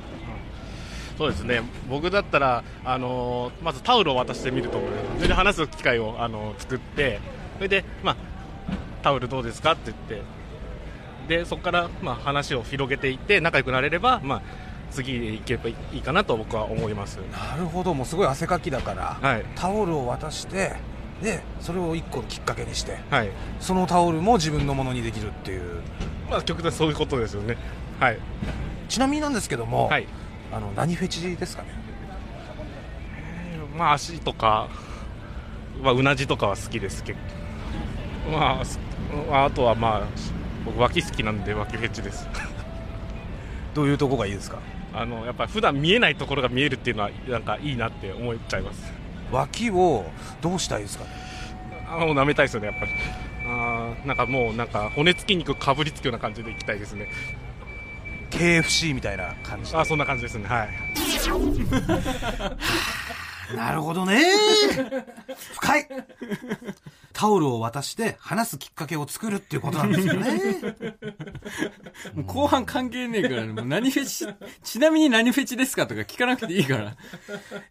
S3: そうですね僕だったら、あのーまずタオルを渡してみると思いますそれで話す機会を、あのー作ってそれで、まあ、タオルどうですかって言ってでそこから、まあ、話を広げていって仲良くなれれば、まあ、次へ行けばいいかなと僕は思います
S2: なるほど、もうすごい汗かきだから、
S3: はい
S2: タオルを渡して、で、それを一個のきっかけにして、
S3: はい
S2: そのタオルも自分のものにできるっていう。
S3: まあ極端にそういうことですよねはい
S2: ちなみになんですけども、
S3: はい
S2: あの、何フェチですかね
S3: まあ足とか、まあ、うなじとかは好きですけどまあすあとはまあ僕脇好きなんで脇フェチです
S2: どういうとこがいいですか
S3: あのやっぱり普段見えないところが見えるっていうのはなんかいいなって思っちゃいます
S2: 脇をどうしたいですかね
S3: あもう舐めたいですよねやっぱりあーなんかもうなんか骨付き肉かぶりつくような感じでいきたいですね
S2: KFC みたいな感じで
S3: あーそんな感じですねはい
S2: なるほど ね。深い。タオルを渡して話すきっかけを作るっていうことなんですよ ね。
S1: もう後半関係ねえからね、もう何フェチ、ちなみに何フェチですかとか聞かなくていいから。
S2: い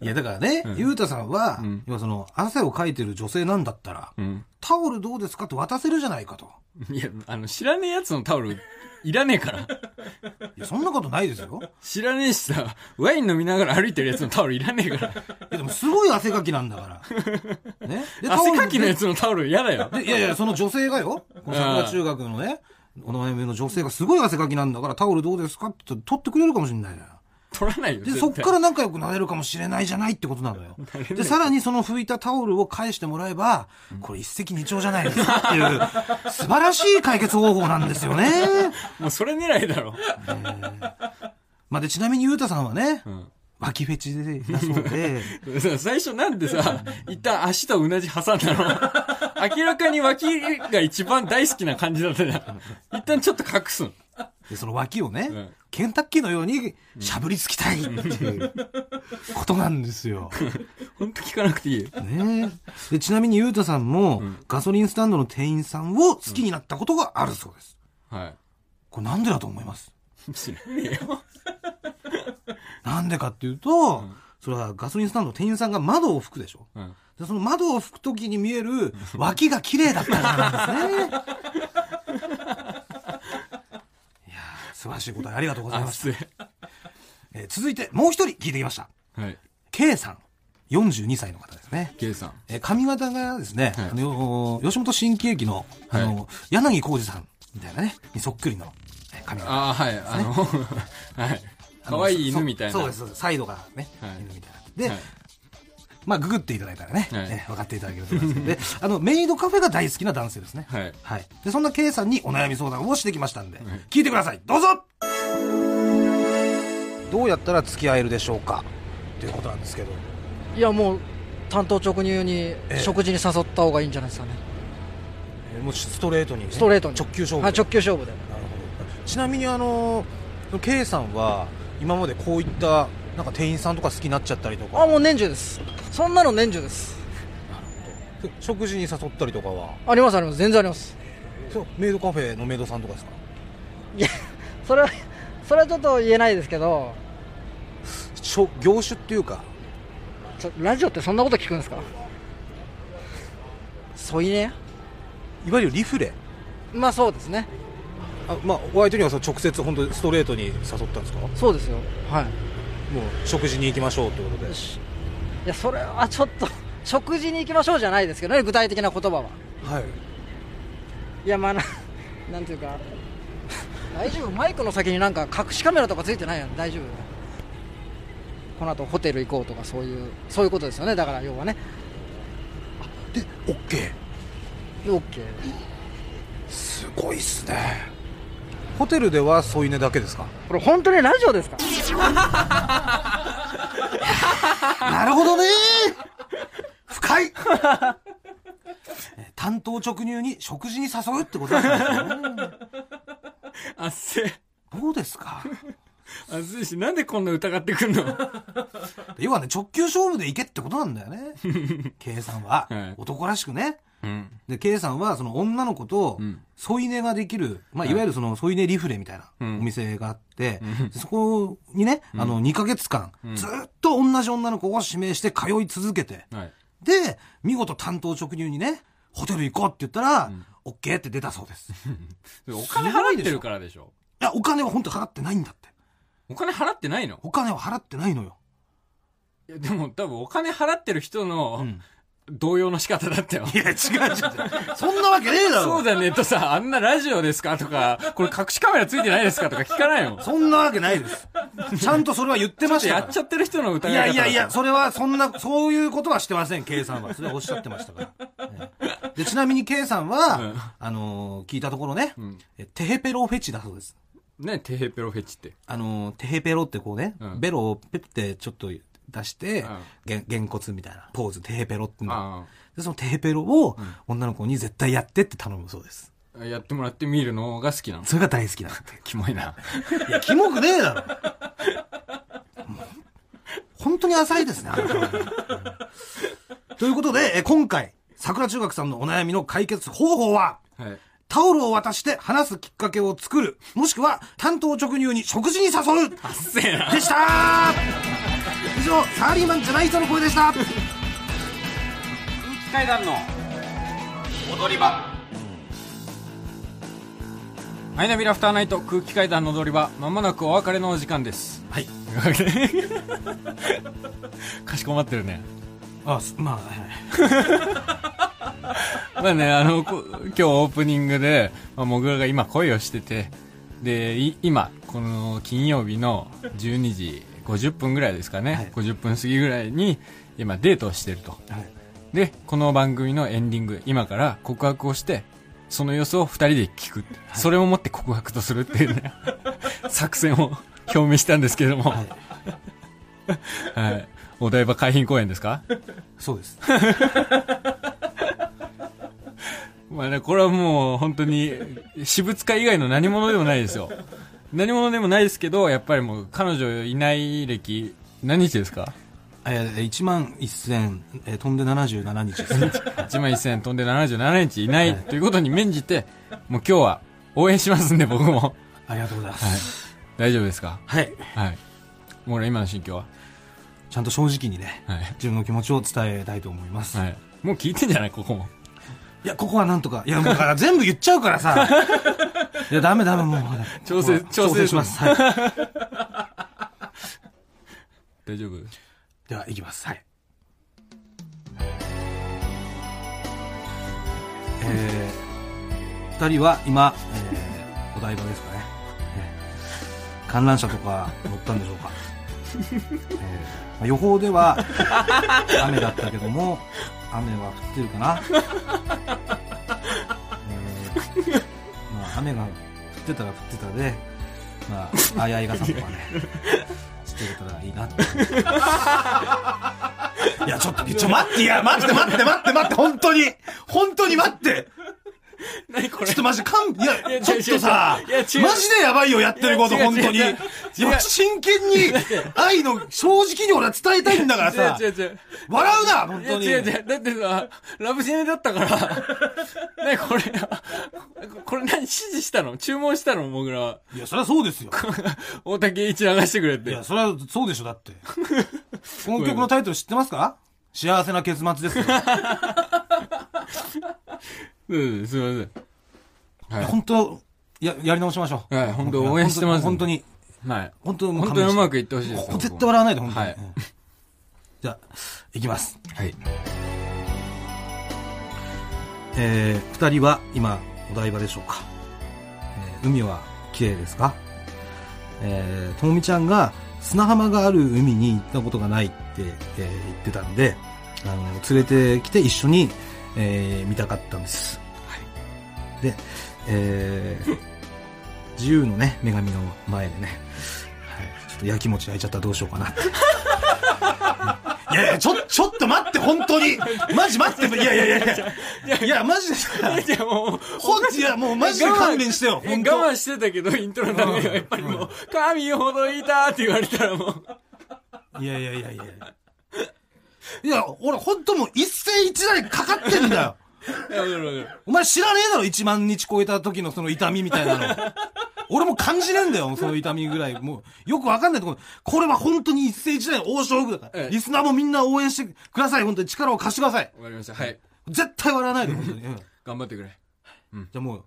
S2: や、だからね、ゆうたさんは、
S1: ん
S2: 今その、汗をかいてる女性なんだったら、
S1: うん。
S2: タオルどうですかって渡せるじゃないかと。
S1: いや、あの、知らねえやつのタオル、いらねえから。
S2: いや、そんなことないですよ。
S1: 知らねえしさ、ワイン飲みながら歩いてるやつのタオルいらねえから。
S2: いやでもすごい汗かきなんだ から。ね。で
S1: 汗かきのや
S2: で
S1: つのタオル嫌だよ。
S2: いやいや、その女性がよ、この桜中学のね、お悩みの女性がすごい汗かきなんだから、タオルどうですかって取ってくれるかもしれないじゃん。
S1: 取らないよ。
S2: で、
S1: 絶
S2: そ
S1: 対
S2: っから仲良くなれるかもしれないじゃないってことなの よ。で、さらにその拭いたタオルを返してもらえば、これ一石二鳥じゃないですかっていう、素晴らしい解決方法なんですよね。
S1: もうそれ狙いだろ。
S2: まあ、で、ちなみにゆうたさんはね、
S1: ん
S2: 脇フェチで、だそうで、
S1: さ 最初なんで さ、一旦足とうなじ挟んだの 明らかに脇が一番大好きな感じだったじゃ ん。一旦ちょっと隠すの。
S2: でその脇をね、
S1: うん
S2: ケンタッキーのようにしゃぶりつきたいっていうことなんです よ。
S1: ほんと聞かなくていいよ。
S2: ねで、ちなみにゆうたさんも、ガソリンスタンドの店員さんを好きになったことがあるそうです。
S1: は
S2: これなんでだと思います
S1: い。知らねえよ。
S2: なんでかっていうと、それはガソリンスタンドの店員さんが窓を拭くでしょ。
S1: うん。
S2: でその窓を拭くときに見える脇が綺麗だったからなん ですね。いやー素晴らしい答えありがとうござ い
S1: あ、
S2: ました。
S1: 失礼。
S2: えー続いてもう一人聞いてきました。
S1: はい。
S2: K さん、42歳の方ですね。
S1: K さん。
S2: えー髪型がですね、
S1: はい
S2: あの吉本新喜劇のあの、
S1: は
S2: 柳浩二さんみたいなね、にそっくりのえー髪 型。
S1: ああ、はい。あの、はい。
S2: あの
S1: 可愛い犬みたいな
S2: そそうですそうですサイドがね、
S1: はい
S2: 犬みたいなで、
S1: はい
S2: まあググっていただいたらね、
S1: はい
S2: ね分かっていただけると思いますけどであのメイドカフェが大好きな男性ですね
S1: はい
S2: でそんな K さんにお悩み相談をしてきましたんで、聞いてくださいどうぞどうやったら付き合えるでしょうかということなんですけど
S4: いやもう単刀直入に
S2: え
S4: 食事に誘った方がいいんじゃないですかね、
S2: えーもうストレートにね、
S4: ストレートに
S2: 直球勝負
S4: はい、直球勝負で
S2: なるほどちなみにあのー K さんは今までこういったなんか店員さんとか好きになっちゃったりと
S4: あ
S2: か
S4: もう年中ですそんなの年中です
S2: 食事に誘ったりとかは
S4: ありますあります全然あります
S2: そうメイドカフェのメイドさんとかですか
S4: いやそれは それはちょっと言えないですけど
S2: しょ業種っていうか
S4: ちょラジオってそんなこと聞くんですか添い寝
S2: いわゆるリフレ
S4: まあそうですね
S2: あ、まあ、お相手にはその直接本当にストレートに誘ったんですかも
S4: そうですよはいう
S2: 食事に行きましょうということで
S4: しいやそれはちょっと食事に行きましょうじゃないですけどね具体的な言葉は
S2: はい
S4: いやまあななんていうか大丈夫マイクの先になんか隠しカメラとかついてないやん大丈夫この後ホテル行こうとかそういうそういうことですよねだから要はね
S2: で OK
S4: で OK
S2: すごいっすねホテルでは添い寝だけですか
S4: これ本当にラジオですか
S2: なるほどね深い 単刀直入に食事に誘うってことですね
S1: あっせ
S2: どうですか
S1: あっせしなんでこんな疑ってくんの
S2: 要はね直球勝負でいけってことなんだよね K さんは、
S1: はい
S2: 男らしくね
S1: うん
S2: で K さんはその女の子と
S1: うん
S2: 添い寝ができる、ま
S1: は
S2: あ、
S1: い
S2: いわゆるその添い寝リフレみたいなお
S1: うん
S2: 店があって、
S1: うん
S2: そこにね、あの2ヶ月間、
S1: うん
S2: ずっと同じ女の子を指名して通い続けて
S1: はい
S2: で見事担当直入にねホテル行こうって言ったら、オッ OK って出たそうですい
S1: お金払ってるからでしょ
S2: やお金は本当払ってないんだって
S1: お金払ってないの
S2: お金は払ってないのよ、
S1: いやでも多分お金払ってる人
S2: う
S1: の
S2: ん
S1: 動揺の仕方だったよ
S2: いや違う違う違うそんなわけねえだろ
S1: そうだねとさ、あんなラジオですかとか、これ隠しカメラついてないですかとか聞か ないもん。ちょ
S2: そんなわけないです。ちゃんとそれは言ってま
S1: っと
S2: した
S1: や
S2: か
S1: っ
S2: ら。
S1: ちゃってる人の疑
S2: い
S1: い方だ
S2: やいやいや、それはそんな、そういうことはしてません、K さんは。それはおっしゃってましたから。ええで、ちなみに K さんは、
S1: うん
S2: あのー聞いたところね、
S1: ん
S2: えテヘペロフェチだそうです。
S1: ね、テヘペロフェチって。
S2: あのーテヘペロってこうね、
S1: うん
S2: ベロをペッてちょっと出して、
S1: うん
S2: げん、げんこつみたいなポーズ、テヘペロっていうの。
S1: あ
S2: で、そのテヘペロを女の子に絶対やってって頼むそうです。
S1: あ。やってもらって見るのが好きなの。
S2: それが大好きなんだって。
S1: キモいな。
S2: いや、キモくねえだろ。もう 本当に浅いですね、あなたはねうんということで、え今回、桜中学さんのお悩みの解決方法は、
S1: はい。
S2: タオルを渡して話すきっかけを作る、もしくは担当直入に食事に誘う、
S1: あっせえな。
S2: でした以上、サラリーマンじゃない人の声でした。
S5: 階段の踊り場
S1: マイナビラフターナイト空気階段の踊り場、まもなくお別れのお時間です。
S2: はい。
S1: かしこまってるね。
S2: あ、すまあ、はい
S1: まあね、あの、こ今日オープニングで、まあ、もぐらが今恋をしてて、で、い今、この金曜日の12時50分ぐらいですかね、
S2: はい
S1: 50分過ぎぐらいに、今デートをしてると。
S2: はい。
S1: で、この番組のエンディング、今から告白をして、その様子を二人で聞くって、それをもって告白とするっていう ね、作戦を表明したんですけども、はい。お台場海浜公園ですか
S2: そうです。
S1: まあね、これはもう本当に、私物化以外の何者でもないですよ。何者でもないですけど、やっぱりもう彼女いない歴、何日ですか
S2: えー、1万1000、えー飛んで77日 ですね。
S1: ?1 万1000飛んで77日いないということに免じて、もう今日は応援しますんで僕も。
S2: ありがとうございます。
S1: 大丈夫ですか
S2: はい。
S1: はい。もう俺今の心境は
S2: ちゃんと正直にね、
S1: はい。
S2: 自分の気持ちを伝えたいと思います。、
S1: はいい。もう聞いてんじゃないここも。
S2: や、ここはなんとか。いや、もうだから全部言っちゃうからさ。いや、ダメダメ、もう。
S1: 調整
S2: ここは
S1: 調整
S2: 調整します。はい。
S1: 大丈夫
S2: では、いきます。はい。えー、二人は今、えー、お台場ですかね。えー観覧車とか乗ったんでしょ うか、えーまあ予報では雨だったけども雨は降ってるかな、えーまあ、雨が降ってたら降ってたで、まあ、あいあい傘とかねしてくれたらいいなって いやちょっとちょ待っていや待って待って待って待って本当に本当に待って
S1: 何こ
S2: ちょ
S1: れ
S2: っとマジかん、い
S1: いや
S2: や、ちょっとさ
S1: 違う違ういや違、う
S2: マジでやばいよ、やってること、
S1: いや違う
S2: 本当に。い
S1: 違う違う
S2: や、真剣に、愛の、正直に俺は伝えたいんだからさ
S1: 違、う違う
S2: 笑うな、本
S1: 違う。
S2: 当
S1: い
S2: に。
S1: や違う違う。だってさ、ラブジェネだった から、ね、これ、これ何指示したの注文したのもぐらは。
S2: いや、そりゃそうですよ。
S1: 大竹一流してくれっ
S2: い
S1: て
S2: や、。そりゃそうでしょ、だって。この曲のタイトル知ってますか幸せな結末ですよ。
S1: うん、すいません。はい。
S2: 本当、や、やり直しましょう。
S1: はい本当応援してます
S2: 本当に、
S1: はい。
S2: 本当、
S1: 本当にうまくい
S2: っ
S1: ってほしいです。
S2: ここ絶対笑わないで、本当に。
S1: はい
S2: うんじゃあ、いきます。
S1: はい。
S2: えー、2人は今お台場でしょうか、えー海は綺麗ですかえーともみちゃんが砂浜がある海に行ったことがないって、えー言ってたんであの連れてきて一緒に、えー見たかったんです、で、えー自由のね女神の前でね、はい、ちょっとやきもち焼いちゃったらどうしようかなって いやいやちょちょっと待って本当にマジ待っていやいやいやいやいやマジでさ
S1: いや、もう、
S2: ほんいやもうマジで勘弁してよ
S1: え我
S2: 本当
S1: 慢してたけど、イントロのためにはやっぱりもう、神ほどいたって言われたらもう、
S2: いやいやいやいや。いや、俺本当もう一世一代かかってんだよ。
S1: いやわかるわかる
S2: お前知らねえだろ、1万日超えた時のその痛みみたいなの。俺も感じねえんだよ、その痛みぐらい。もう、よくわかんないところ。これは本当に一世一代の大勝負だから。
S1: ええ
S2: リスナーもみんな応援してください。本当に力を貸してください。
S1: わかりました。はい。
S2: 絶対笑わないで、本当に。うんじ
S1: 頑張ってくれ。
S2: ゃあもう、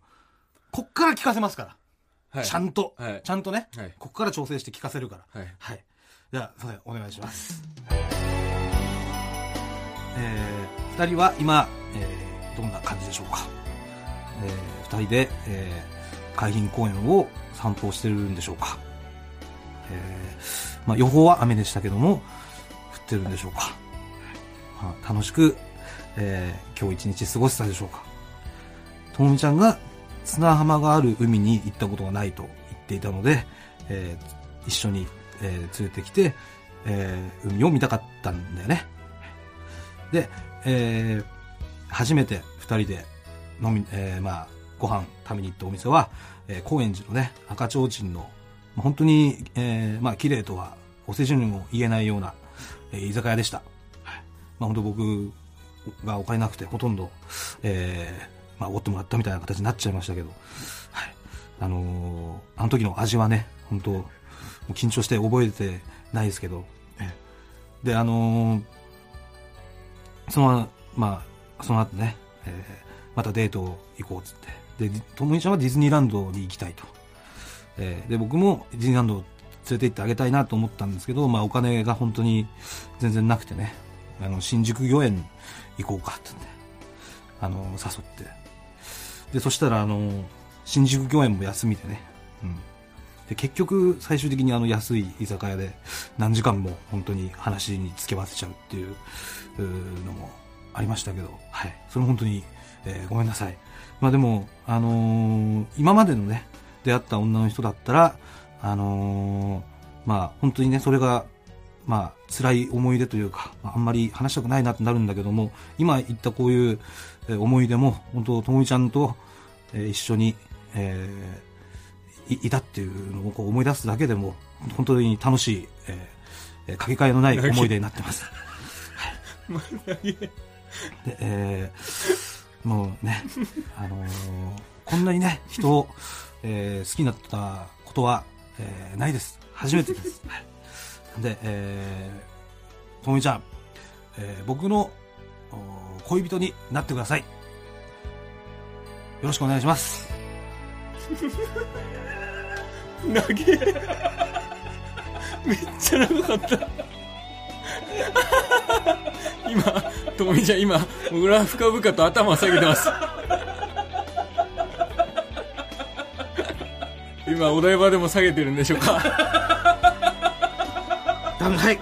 S2: こっから聞かせますから。
S1: はい。
S2: ちゃんと、
S1: はい
S2: ちゃんとね、
S1: はい
S2: ここから調整して聞かせるから。
S1: はい
S2: はい。じゃあ、それお願いします。えー、二人は今、えー、どんな感じでしょうか。えー、二人で、えー、海浜公園を散歩してるんでしょうか。えー、まあ予報は雨でしたけども、降ってるんでしょうか。まあ楽しく、えー、今日一日過ごせたでしょうか。ともみちゃんが砂浜がある海に行ったことがないと言っていたので、えー一緒に、えー連れてきて、えー海を見たかったんだよね。で、えー初めて二人で飲み、えーまあ、ご飯食べに行ったお店は、えー高円寺のね、赤ちょうちんの、まあ本当に、えーまあ、綺麗とは、お世辞にも言えないような、えー居酒屋でした。はいまあ、本当僕がお金なくて、ほとんど、えーまあ、おごってもらったみたいな形になっちゃいましたけど、はい。あのーあの時の味はね、本当もう緊張して覚えてないですけど、ええで、あのーその、まあ、その後ね、えーまたデート行こうっつって。で、ともみちゃんはディズニーランドに行きたいと。えーで、僕もディズニーランドを連れて行ってあげたいなと思ったんですけど、まあお金が本当に全然なくてね、あの、新宿御苑行こうかって言って、あの、誘って。で、そしたら、あの、新宿御苑も休みでね、うん。で、結局、最終的にあの安い居酒屋で何時間も本当に話に付け合わせちゃうっていううーのもありましたけど、はい。それも本当に、えーごめんなさい。まあでも、あのー今までのね、出会った女の人だったら、あのーまあ本当にね、それが、まあ辛い思い出というか、まああんまり話したくないなってなるんだけども、今言ったこういうえー思い出も、本当ともみちゃんと、えー一緒に、えーいいたっていうのをこう思い出すだけでも、本当に楽しい、えーえーかけがえのない思い出になってます。で、えーもうね、あのーこんなにね、人を、えー好きになったことは、えーないです。初めてです。はいで、えーともみちゃん、えー僕のお恋人になってください。よろしくお願いします。
S1: 投げめっちゃ長かった今ともみちゃん今僕らは深々と頭を下げてます今お台場でも下げてるんでしょうか
S2: ダメはい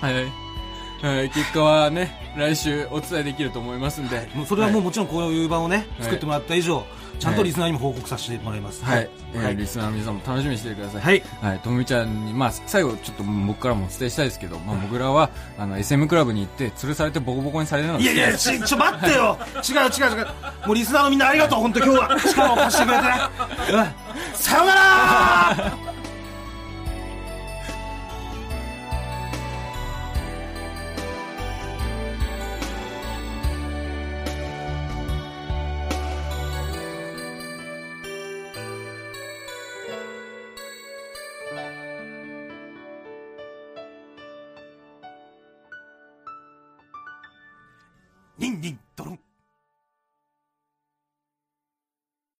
S1: はい、はい、結果はね来週お伝えできると思いますんで
S2: もうそれはもう
S1: う
S2: もちろんこういう場をね、
S1: い
S2: 作ってもらった以上ちゃんとリスナーにも報告させてもらいます
S1: はい、えー
S2: はい
S1: リスナーの皆さんも楽しみにしててください
S2: はい
S1: はい、ともみちゃんに、まあ、最後、ちょっと僕からもお伝えしたいですけど、まあ、僕らは、あの、SM クラブに行って、吊るされてボコボコにされるのが
S2: いやいやちちょ待ってよ違う違う違うもうリスナーのみんなありがとう本当今日は力を貸してくれてね、うん、さようなら ニンニンドロン